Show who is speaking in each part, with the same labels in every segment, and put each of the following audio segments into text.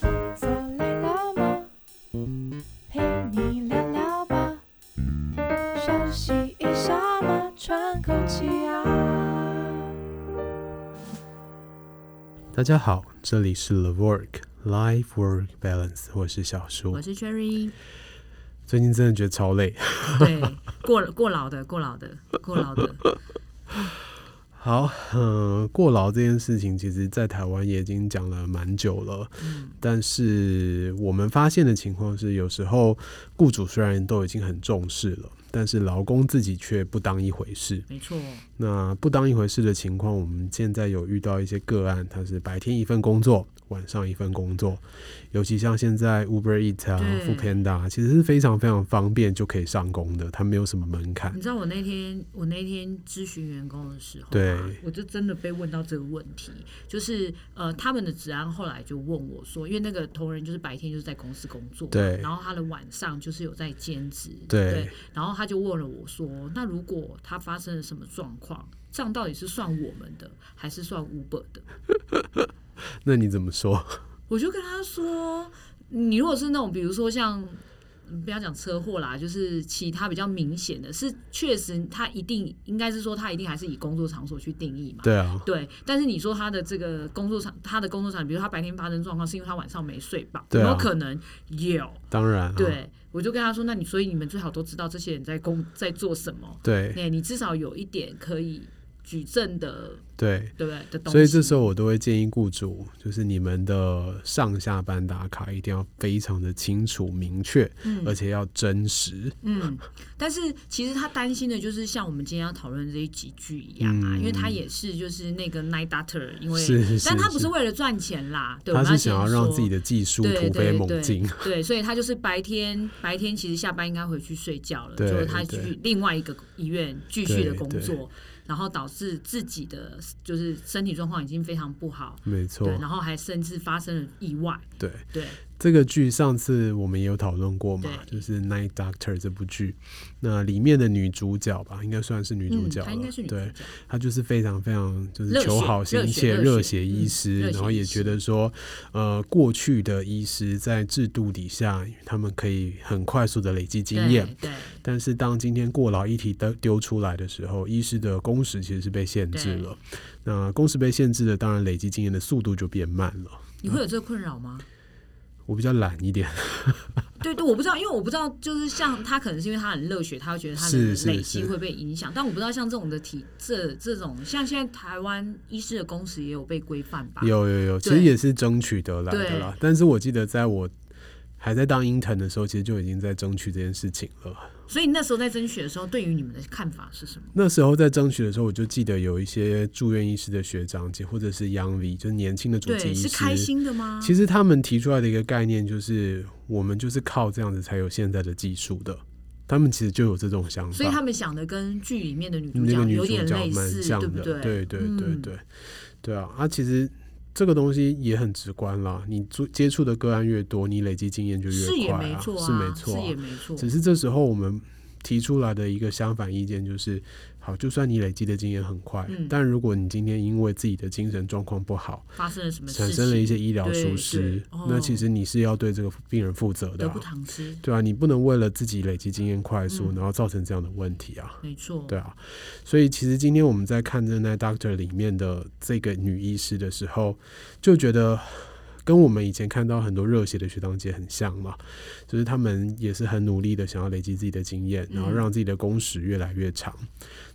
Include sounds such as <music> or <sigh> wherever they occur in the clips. Speaker 1: 坐累了吗？陪你聊聊吧，休息一下嘛，喘口气啊。
Speaker 2: 大家好，这里是 The Work Life Work Balance，我是小叔
Speaker 3: 我。是 Cherry， <laughs>
Speaker 2: 最近真的觉得超累。
Speaker 3: 对，过过劳的，过劳的，过劳的，
Speaker 2: 好，嗯，过劳这件事情，其实在台湾也已经讲了蛮久了。
Speaker 3: 嗯，
Speaker 2: 但是我们发现的情况是，有时候雇主虽然都已经很重视了，但是劳工自己却不当一回事。
Speaker 3: 没错，哦
Speaker 2: 那不当一回事的情况，我们现在有遇到一些个案，它是白天一份工作，晚上一份工作，尤其像现在 Uber Eat 啊、
Speaker 3: 对
Speaker 2: Food Panda，其实是非常非常方便就可以上工的，它没有什么门槛
Speaker 3: 你。知道我那天我那天咨询员工的时候、啊，
Speaker 2: 对
Speaker 3: 我就真的被问到这个问题，就是呃，他们的治安后来就问我说，因为那个同仁就是白天就是在公司工作嘛，
Speaker 2: 对
Speaker 3: 然后他的晚上就是有在兼职，
Speaker 2: 对
Speaker 3: 然后他就问了我说，那如果他发生了什么状况，这样到底是算我们的还是算 Uber 的？
Speaker 2: 那你怎么说？ <laughs>
Speaker 3: 我就跟他说，你如果是那种，比如说像。嗯不要讲车祸啦，就是其他比较明显的是，确实他一定应该是说他一定还是以工作场所去定义嘛。
Speaker 2: 对啊，
Speaker 3: 对，但是你说他的这个工作场，他的工作场，比如他白天发生状况，是因为他晚上没睡饱，
Speaker 2: 对啊
Speaker 3: 有没有可能有？
Speaker 2: 当然、啊，
Speaker 3: 对，我就跟他说，那你所以你们最好都知道这些人在工在做什么，哎
Speaker 2: 对
Speaker 3: 那你至少有一点可以举证的，
Speaker 2: 对。
Speaker 3: 对不对？的东西。
Speaker 2: 所以这时候我都会建议雇主，就是你们的上下班打卡一定要非常的清楚明确，
Speaker 3: 嗯
Speaker 2: 而且要真实。
Speaker 3: 嗯，但是其实他担心的就是像我们今天要讨论这一集剧一样啊，
Speaker 2: 嗯
Speaker 3: 因为他也是就是那个 Night Doctor，因为
Speaker 2: 是是是
Speaker 3: 但他不是为了赚钱啦，对，
Speaker 2: 他
Speaker 3: 我们
Speaker 2: 是想要
Speaker 3: 要先
Speaker 2: 让
Speaker 3: 说
Speaker 2: 自己的技术
Speaker 3: 对
Speaker 2: 突飞
Speaker 3: 对
Speaker 2: 猛
Speaker 3: 对
Speaker 2: 进。
Speaker 3: <laughs> 对，所以他就是白天白天其实下班应该回去睡觉了，
Speaker 2: 对
Speaker 3: 就是他去
Speaker 2: 对
Speaker 3: 另外一个医院继续的工
Speaker 2: 对
Speaker 3: 作，然后导致自己的就是身体状况已经非常不好，
Speaker 2: 没错
Speaker 3: 对，，然后还甚至发生了意外，
Speaker 2: 对
Speaker 3: 对，
Speaker 2: 这个剧上次我们也有讨论过嘛，
Speaker 3: 对
Speaker 2: 就是《Night Doctor》这部剧，那里面的女主角吧，应该算是女主
Speaker 3: 嗯，
Speaker 2: 角了，
Speaker 3: 她应该是女主
Speaker 2: 对
Speaker 3: 角，，
Speaker 2: 她就是非常非常就是
Speaker 3: 热血
Speaker 2: 求好心切、
Speaker 3: 热血
Speaker 2: 热血
Speaker 3: 热血
Speaker 2: 医
Speaker 3: 嗯
Speaker 2: 师，
Speaker 3: 热血
Speaker 2: 然后也
Speaker 3: 医
Speaker 2: 觉
Speaker 3: 师
Speaker 2: 得说，呃，过去的医师在制度底下，他们可以很快速的累积经验，
Speaker 3: 对，
Speaker 2: 但是当今天过劳议题的丢出来的时候，医师的工时其实是被限制
Speaker 3: 对
Speaker 2: 了，那工时被限制了，当然累积经验的速度就变慢了。
Speaker 3: 你会有这个困扰吗？
Speaker 2: 我比较懒一点，
Speaker 3: 对对，我不知道，因为我不知道，就是像他可能是因为他很热血，他会觉得他的
Speaker 2: 是是
Speaker 3: 累积
Speaker 2: 是
Speaker 3: 会被影响。但我不知道像这种的体这这种，像现在台湾医师的工时也有被规范吧？
Speaker 2: 有有有，其实
Speaker 3: 对
Speaker 2: 也是争取得来的啦。但是我记得在我还在当 intern 的时候，其实就已经在争取这件事情了。
Speaker 3: 所以那时候在争取的时候，对于你们的看法是什么？
Speaker 2: 那时候在争取的时候，我就记得有一些住院医师的学长姐，或者是 Young V，就是年轻的主治
Speaker 3: 对，
Speaker 2: 医
Speaker 3: 是
Speaker 2: 师，
Speaker 3: 开心啊的吗？
Speaker 2: 其实他们提出来的一个概念就是，我们就是靠这样子才有现在的技术的。他们其实就有这种想法，
Speaker 3: 所以他们想的跟剧里面的女主
Speaker 2: 那
Speaker 3: 角
Speaker 2: 个女
Speaker 3: 有
Speaker 2: 主
Speaker 3: 点
Speaker 2: 角
Speaker 3: 类
Speaker 2: 蛮
Speaker 3: 似，
Speaker 2: 像
Speaker 3: 对不
Speaker 2: 的，对对对
Speaker 3: 嗯
Speaker 2: 对对啊！啊，其实这个东西也很直观啦，你做接触的个案越多，你累积经验就越
Speaker 3: 是也
Speaker 2: 快
Speaker 3: 没
Speaker 2: 啊，
Speaker 3: 错
Speaker 2: 是没
Speaker 3: 是
Speaker 2: 错啊、
Speaker 3: 也没错。
Speaker 2: 只是这时候我们提出来的一个相反意见就是，好，就算你累积的经验很快，
Speaker 3: 嗯
Speaker 2: 但如果你今天因为自己的精神状况不好，
Speaker 3: 发生了什么事
Speaker 2: 产
Speaker 3: 情？
Speaker 2: 生了一些医疗
Speaker 3: 对
Speaker 2: 疏
Speaker 3: 对
Speaker 2: 失，
Speaker 3: 哦
Speaker 2: 那其实你是要对这个病人负责的
Speaker 3: 得
Speaker 2: 啊、
Speaker 3: 不偿失，
Speaker 2: 对啊，你不能为了自己累积经验快速，
Speaker 3: 嗯
Speaker 2: 然后造成这样的问题啊。
Speaker 3: 没错。
Speaker 2: 对啊，所以其实今天我们在看《这奈 Doctor》里面的这个女医师的时候，就觉得跟我们以前看到很多热血的学长姐很像嘛，就是他们也是很努力的想要累积自己的经验，然后
Speaker 3: 嗯
Speaker 2: 让自己的工时越来越长。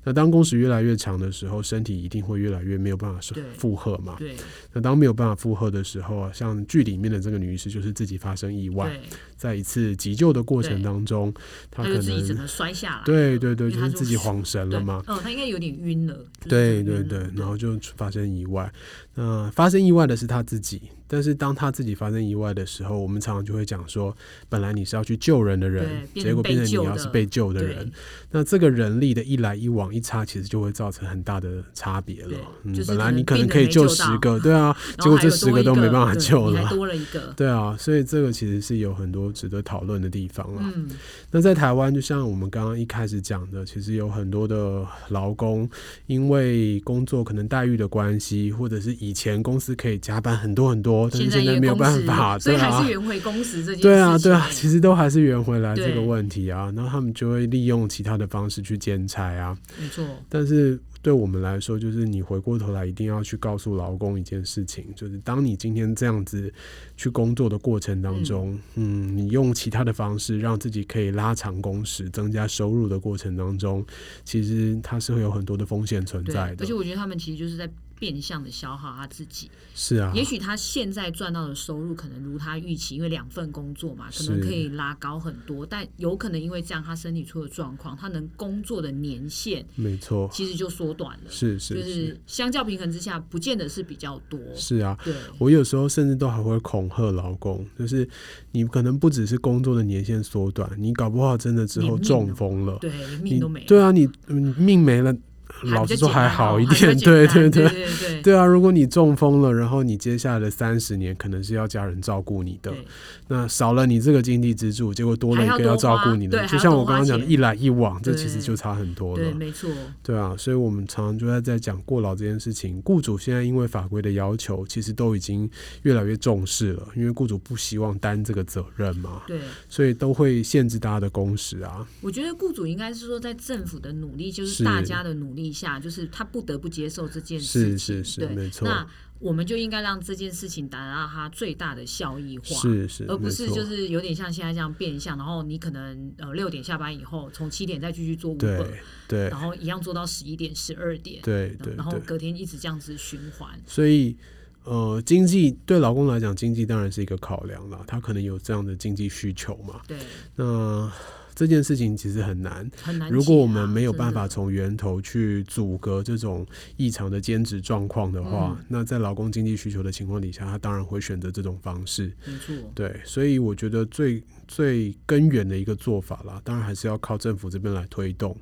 Speaker 2: 那当工时越来越长的时候，身体一定会越来越没有办法受
Speaker 3: 对
Speaker 2: 负荷嘛。
Speaker 3: 对
Speaker 2: 那当没有办法负荷的时候啊，像剧里面的这个女医师就是自己发生意外，
Speaker 3: 对，
Speaker 2: 在一次急救的过程
Speaker 3: 对
Speaker 2: 当中，她
Speaker 3: 他
Speaker 2: 可
Speaker 3: 就自己整
Speaker 2: 能。
Speaker 3: 个摔下来。
Speaker 2: 对对对，
Speaker 3: 因
Speaker 2: 就
Speaker 3: 为她
Speaker 2: 是
Speaker 3: 就
Speaker 2: 自己
Speaker 3: 是
Speaker 2: 晃神
Speaker 3: 对，
Speaker 2: 了嘛。
Speaker 3: 嗯，他应该有点晕了。就是
Speaker 2: 对
Speaker 3: 晕
Speaker 2: 对
Speaker 3: 了
Speaker 2: 对，然后就发生意外。那发生意外的是他自己，但是当他自己发生意外的时候，我们常常就会讲说，本来你是要去救人的人，
Speaker 3: 对
Speaker 2: 结果变
Speaker 3: 变成被
Speaker 2: 成你
Speaker 3: 救
Speaker 2: 要是
Speaker 3: 的
Speaker 2: 被救的
Speaker 3: 对
Speaker 2: 人，那这个人力的一来一往一差，其实就会造成很大的差别了
Speaker 3: 对。
Speaker 2: 嗯，
Speaker 3: 就是
Speaker 2: 本
Speaker 3: 可
Speaker 2: 来
Speaker 3: 能
Speaker 2: 你可能
Speaker 3: 病人
Speaker 2: 可以
Speaker 3: 没救
Speaker 2: 十
Speaker 3: 到 <laughs>
Speaker 2: 个，对啊，
Speaker 3: 然
Speaker 2: 结
Speaker 3: 后
Speaker 2: 果
Speaker 3: 还
Speaker 2: 这
Speaker 3: 有
Speaker 2: 十
Speaker 3: 多
Speaker 2: 个
Speaker 3: 一
Speaker 2: 都没办法
Speaker 3: 对
Speaker 2: 救
Speaker 3: 你
Speaker 2: 了
Speaker 3: 还多了一个。
Speaker 2: <laughs> 对啊，所以这个其实是有很多值得讨论的地方啊。
Speaker 3: 嗯，
Speaker 2: 那在台湾，就像我们刚刚一开始讲的，其实有很多的劳工，因为工作可能待遇的关系，或者是以前公司可以加班很多很多，多，但是
Speaker 3: 在
Speaker 2: 现在
Speaker 3: 也
Speaker 2: 没有
Speaker 3: 工
Speaker 2: 办
Speaker 3: 时，
Speaker 2: 法，
Speaker 3: 所以
Speaker 2: 对啊 <laughs>
Speaker 3: 还是圆回工时这件事情。
Speaker 2: 对啊，对啊，其实都还是圆回来这
Speaker 3: 对
Speaker 2: 个问题啊。然后他们就会利用其他的方式去兼差啊。
Speaker 3: 没错，
Speaker 2: 但是对我们来说，就是你回过头来一定要去告诉劳工一件事情，就是当你今天这样子去工作的过程当中，嗯，你用其他的方式让自己可以拉长工时、增加收入的过程当中，其实它是会有很多的风险存
Speaker 3: 对。
Speaker 2: 在
Speaker 3: 而
Speaker 2: 的
Speaker 3: 且。我觉得他们其实就是在变相的消耗他自己。
Speaker 2: 是啊，
Speaker 3: 也许他现在赚到的收入可能如他预期，因为两份工作嘛，可
Speaker 2: 是
Speaker 3: 能可以拉高很多，但有可能因为这样他身体出了状况，他能工作的年限
Speaker 2: 没错，
Speaker 3: 其实就缩短了。
Speaker 2: 是是
Speaker 3: 就是是相较平衡之下，不见得是比较多。
Speaker 2: 是啊。
Speaker 3: 对，
Speaker 2: 我有时候甚至都还会恐吓劳工，就是你可能不只是工作的年限缩短，你搞不好真的之
Speaker 3: 你
Speaker 2: 后
Speaker 3: 命
Speaker 2: 中
Speaker 3: 哦
Speaker 2: 风了，
Speaker 3: 对，连
Speaker 2: 你
Speaker 3: 命都没了。
Speaker 2: 对啊，你嗯命没了，
Speaker 3: 还比较
Speaker 2: 老实说
Speaker 3: 简单
Speaker 2: 还
Speaker 3: 哦
Speaker 2: 好一
Speaker 3: 还比较
Speaker 2: 点，
Speaker 3: 简
Speaker 2: 对
Speaker 3: 单对
Speaker 2: 对。
Speaker 3: 对对
Speaker 2: 对啊，如果你中风了，然后你接下来的三十年可能是要家人照顾你的，
Speaker 3: 对
Speaker 2: 那少了你这个经济支柱，结果多了一
Speaker 3: 还要
Speaker 2: 个要
Speaker 3: 多
Speaker 2: 照
Speaker 3: 花
Speaker 2: 顾你的
Speaker 3: 对
Speaker 2: 人，
Speaker 3: 还
Speaker 2: 就
Speaker 3: 要
Speaker 2: 像
Speaker 3: 多
Speaker 2: 我刚刚
Speaker 3: 花
Speaker 2: 讲的，
Speaker 3: 钱
Speaker 2: 一来一往，这
Speaker 3: 对
Speaker 2: 其实就差很多了。
Speaker 3: 对，没错，
Speaker 2: 对啊，所以我们常常就在在讲过劳这件事情。雇主现在因为法规的要求，其实都已经越来越重视了，因为雇主不希望担这个责任嘛，
Speaker 3: 对。
Speaker 2: 所以都会限制大家的工时啊。
Speaker 3: 我觉得雇主应该是说，在政府的努力，就是是大家的努力下，就是他不得不接受这件事
Speaker 2: 是是
Speaker 3: 情。
Speaker 2: 是，
Speaker 3: 对，
Speaker 2: 没错，
Speaker 3: 那我们就应该让这件事情达到它最大的效益化。
Speaker 2: 是是，
Speaker 3: 而不
Speaker 2: 没
Speaker 3: 是
Speaker 2: 错
Speaker 3: 就是有点像现在这样变相，然后你可能呃六点下班以后，从七点再继续做五
Speaker 2: 对
Speaker 3: 本，
Speaker 2: 对
Speaker 3: 然后一样做到十一点、十二点，
Speaker 2: 对对
Speaker 3: 然后
Speaker 2: 对，
Speaker 3: 隔天一直这样子循环。
Speaker 2: 所以。呃，经济对劳工来讲，经济当然是一个考量啦，他可能有这样的经济需求嘛。
Speaker 3: 对，
Speaker 2: 那这件事情其实很难，
Speaker 3: 很难解啊。
Speaker 2: 如果我们没有办法
Speaker 3: 真的，
Speaker 2: 从源头去阻隔这种异常的兼职状况的话，
Speaker 3: 嗯
Speaker 2: 那在劳工经济需求的情况底下，他当然会选择这种方式。
Speaker 3: 没错，
Speaker 2: 对，所以我觉得最最根源的一个做法啦，当然还是要靠政府这边来推动。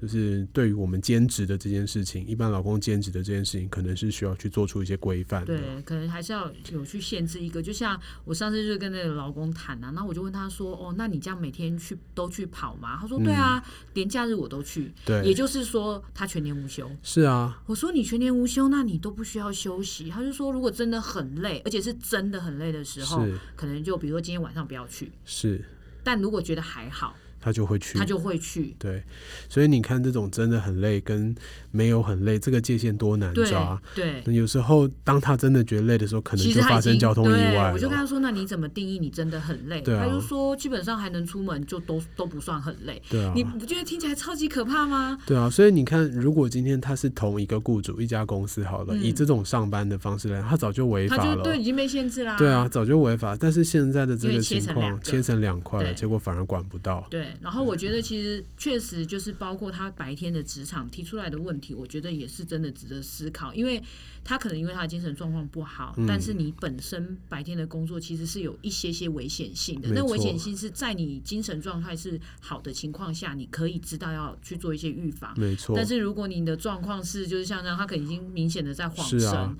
Speaker 2: 就是对于我们兼职的这件事情，一般劳工兼职的这件事情，可能是需要去做出一些规范的。
Speaker 3: 对，可能还是要有去限制一个。就像我上次就跟那个老公谈啊，那我就问他说：“哦，那你这样每天去都去跑吗？”他说：“对啊，连假日我都去。”也
Speaker 2: 嗯对，
Speaker 3: 就是说，他全年无休。
Speaker 2: 是啊，
Speaker 3: 我说：“你全年无休，那你都不需要休息。”他就说：“如果真的很累，而且是真的很累的时候，
Speaker 2: 是
Speaker 3: 可能就比如说今天晚上不要去，
Speaker 2: 是，
Speaker 3: 但如果觉得还好，
Speaker 2: 他就会去
Speaker 3: 他。就会去。
Speaker 2: 对，所以你看，这种真的很累跟没有很累，这个界限多难
Speaker 3: 对
Speaker 2: 抓。
Speaker 3: 对，
Speaker 2: 那有时候，当他真的觉得累的时候，可能
Speaker 3: 其
Speaker 2: 就
Speaker 3: 实他
Speaker 2: 发
Speaker 3: 已
Speaker 2: 生
Speaker 3: 经
Speaker 2: 交通意
Speaker 3: 对
Speaker 2: 外
Speaker 3: 我就跟
Speaker 2: 了。
Speaker 3: 他说：“那你怎么定义你真的很累？”
Speaker 2: 对啊
Speaker 3: 他就说：“基本上还能出门，就都都不算很累。
Speaker 2: 对啊
Speaker 3: 你，不觉得听起来超级可怕吗？
Speaker 2: 对啊，所以你看，如果今天他是同一个雇主一家公司好了，以
Speaker 3: 嗯
Speaker 2: 这种上班的方式来，他早就违
Speaker 3: 他
Speaker 2: 法
Speaker 3: 就
Speaker 2: 了。
Speaker 3: 对已经被限制啦。
Speaker 2: 对啊，，早就违法。但是现在的这
Speaker 3: 因为
Speaker 2: 个
Speaker 3: 切
Speaker 2: 情
Speaker 3: 成两
Speaker 2: 况
Speaker 3: 个
Speaker 2: 切成两块了，
Speaker 3: 对
Speaker 2: 结果反而管不到。
Speaker 3: 对。啊然后我觉得其实确实就是包括他白天的职场提出来的问题，我觉得也是真的值得思考，因为他可能因为他的精神状况不好，
Speaker 2: 嗯
Speaker 3: 但是你本身白天的工作其实是有一些些危险性的。
Speaker 2: 没
Speaker 3: 那
Speaker 2: 错
Speaker 3: 危险性是在你精神状态是好的情况下，你可以知道要去做一些预防。
Speaker 2: 没错
Speaker 3: 但，是如果你的状况是就是像这样，他可能已经明显的在晃
Speaker 2: 是
Speaker 3: 神，
Speaker 2: 啊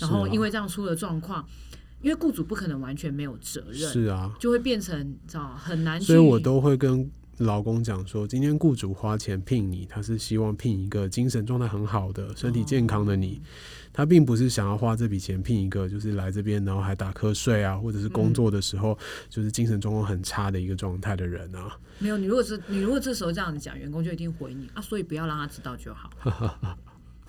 Speaker 3: 然后
Speaker 2: 是啊
Speaker 3: 因为这样出了状况，因为雇主不可能完全没有责任，
Speaker 2: 是啊，
Speaker 3: 就会变成你知道很难去。
Speaker 2: 所以我都会跟劳工讲说，今天雇主花钱聘你，他是希望聘一个精神状态很好
Speaker 3: 哦
Speaker 2: 的、身体健康的你，他并不是想要花这笔钱聘一个就是来这边然后还打瞌睡啊，或者是工作的时候、就是精神状况很差的一个状态的人啊。
Speaker 3: 没有你，如果是你如果这时候这样子讲，员工就一定回你啊，所以不要让他知道就好。
Speaker 2: <laughs>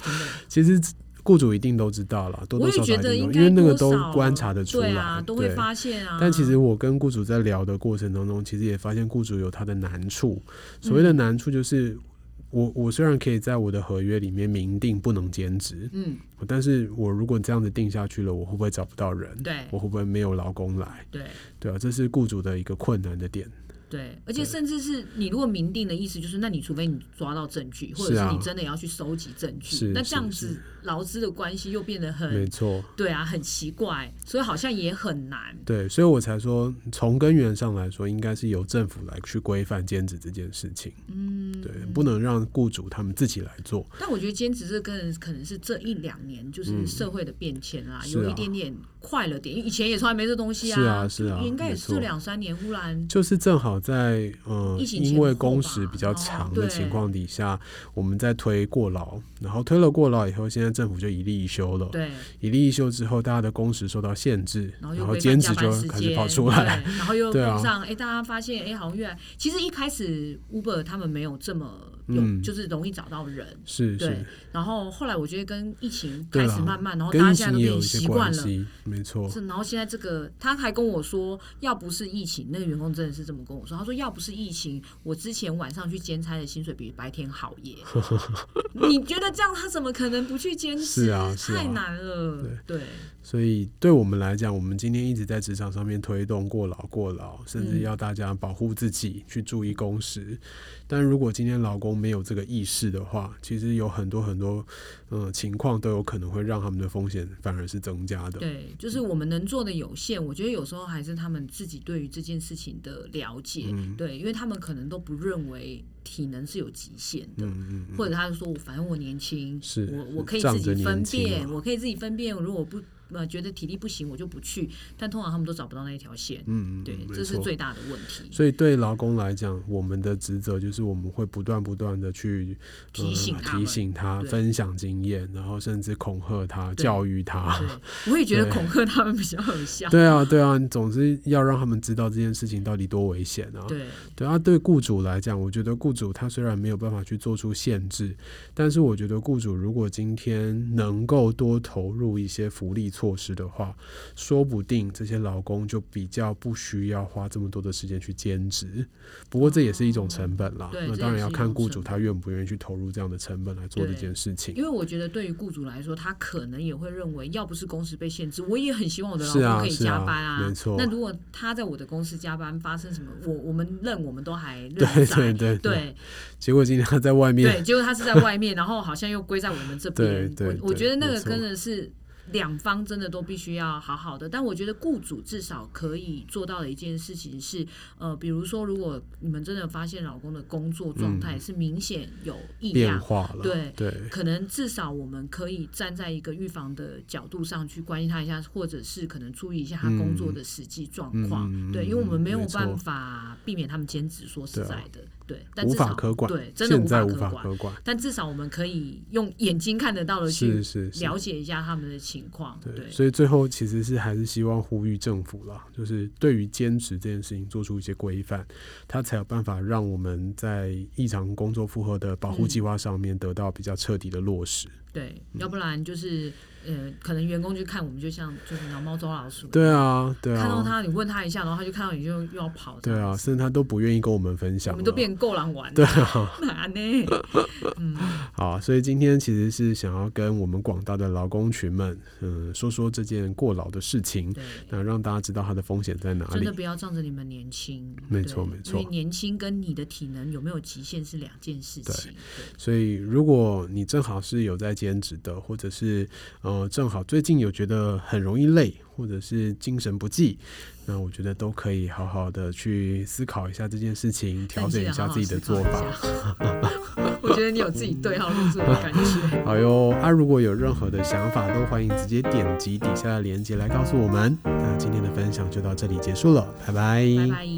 Speaker 3: 真的，
Speaker 2: 其实雇主一定都知道啦，多
Speaker 3: 我
Speaker 2: 多少
Speaker 3: 也
Speaker 2: 少
Speaker 3: 觉
Speaker 2: 一
Speaker 3: 得
Speaker 2: 定
Speaker 3: 应
Speaker 2: 都，
Speaker 3: 该
Speaker 2: 因为那个
Speaker 3: 多
Speaker 2: 都
Speaker 3: 少
Speaker 2: 观察得出来，
Speaker 3: 对啊，都会
Speaker 2: 对
Speaker 3: 发现啊。
Speaker 2: 但其实我跟雇主在聊的过程当中，其实也发现雇主有他的难处。所谓
Speaker 3: 嗯
Speaker 2: 的难处就是，我我虽然可以在我的合约里面明定不能兼职，
Speaker 3: 嗯，
Speaker 2: 但是我如果这样子定下去了，我会不会找不到人？
Speaker 3: 对
Speaker 2: 我会不会没有劳工来？
Speaker 3: 对
Speaker 2: 对啊，这是雇主的一个困难的点。
Speaker 3: 对，而且甚至是你如果明定的意思就是，那你除非你抓到证据，或者
Speaker 2: 是啊
Speaker 3: 是你真的要去收集证据
Speaker 2: 是，
Speaker 3: 那
Speaker 2: 是
Speaker 3: 这样
Speaker 2: 是
Speaker 3: 子劳资的关系又变得
Speaker 2: 没
Speaker 3: 很
Speaker 2: 错，
Speaker 3: 对啊，很奇怪，所以好像也很难。
Speaker 2: 对，所以我才说，从根源上来说，应该是由政府来去规范兼职这件事情。嗯，对，不能让雇主他们自己来做。
Speaker 3: 但我觉得兼职这个可能是这一两年就是社会的变迁啦，
Speaker 2: 嗯是啊
Speaker 3: 有一点点快了点，因为以前也从来没这东西
Speaker 2: 是啊是啊
Speaker 3: 就应该也是
Speaker 2: 没错
Speaker 3: 这两三年忽然
Speaker 2: 就是正好在呃
Speaker 3: 疫情前
Speaker 2: 因为
Speaker 3: 后
Speaker 2: 工
Speaker 3: 吧
Speaker 2: 时比较
Speaker 3: 哦
Speaker 2: 长的情
Speaker 3: 对
Speaker 2: 况底下，我们在推过劳，然后推了过劳以后，现在政府就一例一休了。
Speaker 3: 对，
Speaker 2: 一例一休之后，大家的工时受到限制，
Speaker 3: 然后
Speaker 2: 然
Speaker 3: 又
Speaker 2: 后
Speaker 3: 规范
Speaker 2: 兼
Speaker 3: 加
Speaker 2: 职
Speaker 3: 班
Speaker 2: 就
Speaker 3: 时
Speaker 2: 开始
Speaker 3: 间
Speaker 2: 跑出来。
Speaker 3: 对然后又
Speaker 2: 对啊
Speaker 3: 碰上哎、诶大家发现哎、诶好像越来，其实一开始 Uber 他们没有这么有，
Speaker 2: 嗯
Speaker 3: 就是容易找到人，
Speaker 2: 是
Speaker 3: 对
Speaker 2: 是，
Speaker 3: 然后后来我觉得跟疫情
Speaker 2: 对
Speaker 3: 开
Speaker 2: 啦
Speaker 3: 始慢慢，然后大
Speaker 2: 跟疫情
Speaker 3: 家现在都
Speaker 2: 也
Speaker 3: 已
Speaker 2: 有一
Speaker 3: 经
Speaker 2: 些
Speaker 3: 习
Speaker 2: 关
Speaker 3: 惯了。
Speaker 2: 系，没错。
Speaker 3: 是，然后现在这个，他还跟我说，要不是疫情，那个员工真的是这么跟我说，他说要不是疫情，我之前晚上去兼差的薪水比白天好
Speaker 2: <laughs>
Speaker 3: 耶。你觉得这样他怎么可能不去兼职？
Speaker 2: 是啊是啊
Speaker 3: 太难了。对
Speaker 2: 所以对我们来讲，我们今天一直在职场上面推动过劳过劳，甚至
Speaker 3: 嗯
Speaker 2: 要大家保护自己，去注意工时。但如果今天劳工没有这个意识的话，其实有很多很多呃情况都有可能会让他们的风险反而是增加的。
Speaker 3: 对，就是我们能做的有限，我觉得有时候还是他们自己对于这件事情的了解，
Speaker 2: 嗯
Speaker 3: 对，因为他们可能都不认为体能是有极限的。
Speaker 2: 嗯嗯嗯，
Speaker 3: 或者他就说我反正我年轻，
Speaker 2: 是
Speaker 3: 我
Speaker 2: 是
Speaker 3: 我可以
Speaker 2: 仗
Speaker 3: 自
Speaker 2: 着
Speaker 3: 己
Speaker 2: 年
Speaker 3: 分
Speaker 2: 轻啊
Speaker 3: 辨，
Speaker 2: 嘛
Speaker 3: 我可以自己分辨，如果我不呃觉得体力不行，我就不去。但通常他们都找不到那一条线，
Speaker 2: 嗯嗯，
Speaker 3: 对
Speaker 2: 嗯，没
Speaker 3: 这是
Speaker 2: 错
Speaker 3: 最大的问题。
Speaker 2: 所以对劳工来讲，我们的职责就是我们会不断不断的去、呃
Speaker 3: 提醒他
Speaker 2: 提
Speaker 3: 们
Speaker 2: 醒他，
Speaker 3: 对
Speaker 2: 分享经验，然后甚至恐吓他、
Speaker 3: 对
Speaker 2: 教育他。
Speaker 3: 对，我也觉得
Speaker 2: 啊对
Speaker 3: 恐吓他们比较有效。
Speaker 2: 对啊，对啊，你总是要让他们知道这件事情到底多危险啊！
Speaker 3: 对
Speaker 2: 对啊，对雇主来讲，我觉得雇主他虽然没有办法去做出限制，但是我觉得雇主如果今天能够多投入一些福利措施的话，说不定这些劳工就比较不需要花这么多的时间去兼职。不过这也是一种成本啦，
Speaker 3: 哦对
Speaker 2: 那
Speaker 3: 这
Speaker 2: 当
Speaker 3: 也
Speaker 2: 然要
Speaker 3: 是一
Speaker 2: 看
Speaker 3: 种
Speaker 2: 雇
Speaker 3: 成
Speaker 2: 主他愿不愿意去投入这样的成本来做这
Speaker 3: 对
Speaker 2: 件事情。
Speaker 3: 因为我觉得对于雇主来说，他可能也会认为，要不是公司被限制，我也很希望我的劳
Speaker 2: 是啊
Speaker 3: 工可以
Speaker 2: 是啊
Speaker 3: 加班
Speaker 2: 没错
Speaker 3: 那如果他在我的公司加班发生什么，我我们认我们都还认
Speaker 2: 对对
Speaker 3: 在
Speaker 2: 对，
Speaker 3: 对，
Speaker 2: 结果今天他在外面
Speaker 3: 对，结果他是在外面，然后好像又归在我们这边。
Speaker 2: 对对
Speaker 3: 我我
Speaker 2: 对
Speaker 3: 觉得那
Speaker 2: 没
Speaker 3: 个
Speaker 2: 错
Speaker 3: 真的是两方真的都必须要好好的，但我觉得雇主至少可以做到的一件事情是，呃，比如说如果你们真的发现老公的工作状态是明显有异
Speaker 2: 嗯变
Speaker 3: 样。
Speaker 2: 化了，
Speaker 3: 对
Speaker 2: 对。
Speaker 3: 可能至少我们可以站在一个预防的角度上去关心他一下，或者是可能注意一下他工作的实际状
Speaker 2: 嗯
Speaker 3: 况。
Speaker 2: 嗯嗯
Speaker 3: 对，因为我们没有
Speaker 2: 没错
Speaker 3: 办法避免他们兼职，说实
Speaker 2: 对啊
Speaker 3: 在的，对，但
Speaker 2: 无
Speaker 3: 至
Speaker 2: 法
Speaker 3: 少
Speaker 2: 可管，
Speaker 3: 对，真的
Speaker 2: 现在无
Speaker 3: 可
Speaker 2: 法
Speaker 3: 管。
Speaker 2: 可管，
Speaker 3: 但至少我们可以用眼睛看得到的
Speaker 2: 是
Speaker 3: 去
Speaker 2: 是是，
Speaker 3: 了解一下他们的情况。
Speaker 2: 对，
Speaker 3: 对，
Speaker 2: 所以最后其实是还是希望呼吁政府啦，就是对于兼职这件事情做出一些规范，它才有办法让我们在异常工作负荷的保护
Speaker 3: 嗯
Speaker 2: 计划上面得到比较彻底的落实。
Speaker 3: 对，
Speaker 2: 嗯
Speaker 3: 要不然就是呃，可能员工去看我们就像就是老猫抓老鼠，
Speaker 2: 对啊，对
Speaker 3: 看到
Speaker 2: 啊，
Speaker 3: 他你问他一下，然后他就看到你就又要跑，
Speaker 2: 对啊，，甚至他都不愿意跟我们分
Speaker 3: 我
Speaker 2: 享
Speaker 3: 们都
Speaker 2: 了。
Speaker 3: 变够狼玩，
Speaker 2: 对，
Speaker 3: <laughs>
Speaker 2: 啊，
Speaker 3: 哪呢？嗯，
Speaker 2: 好啊，所以今天其实是想要跟我们广大的劳工群们，嗯、说说这件过劳的事情，
Speaker 3: 对。
Speaker 2: 那让大家知道它的风险在哪
Speaker 3: 真
Speaker 2: 里
Speaker 3: 的。不要仗着你们年轻，
Speaker 2: 没
Speaker 3: 对
Speaker 2: 错没错
Speaker 3: 因为年轻跟你的体能有没有极限是两件事
Speaker 2: 对
Speaker 3: 情。对
Speaker 2: 所以，如果你正好是有在兼职的，或者是呃正好最近有觉得很容易累，或者是精神不济，那我觉得都可以好好的去思考一下这件事情，调整一下自己的做法。。
Speaker 3: <laughs> 我觉得你有自己对号入座的感觉。
Speaker 2: <laughs> 好哟，啊，如果有任何的想法，都欢迎直接点击底下的链接来告诉我们。那今天的分享就到这里结束了，拜
Speaker 3: 拜拜。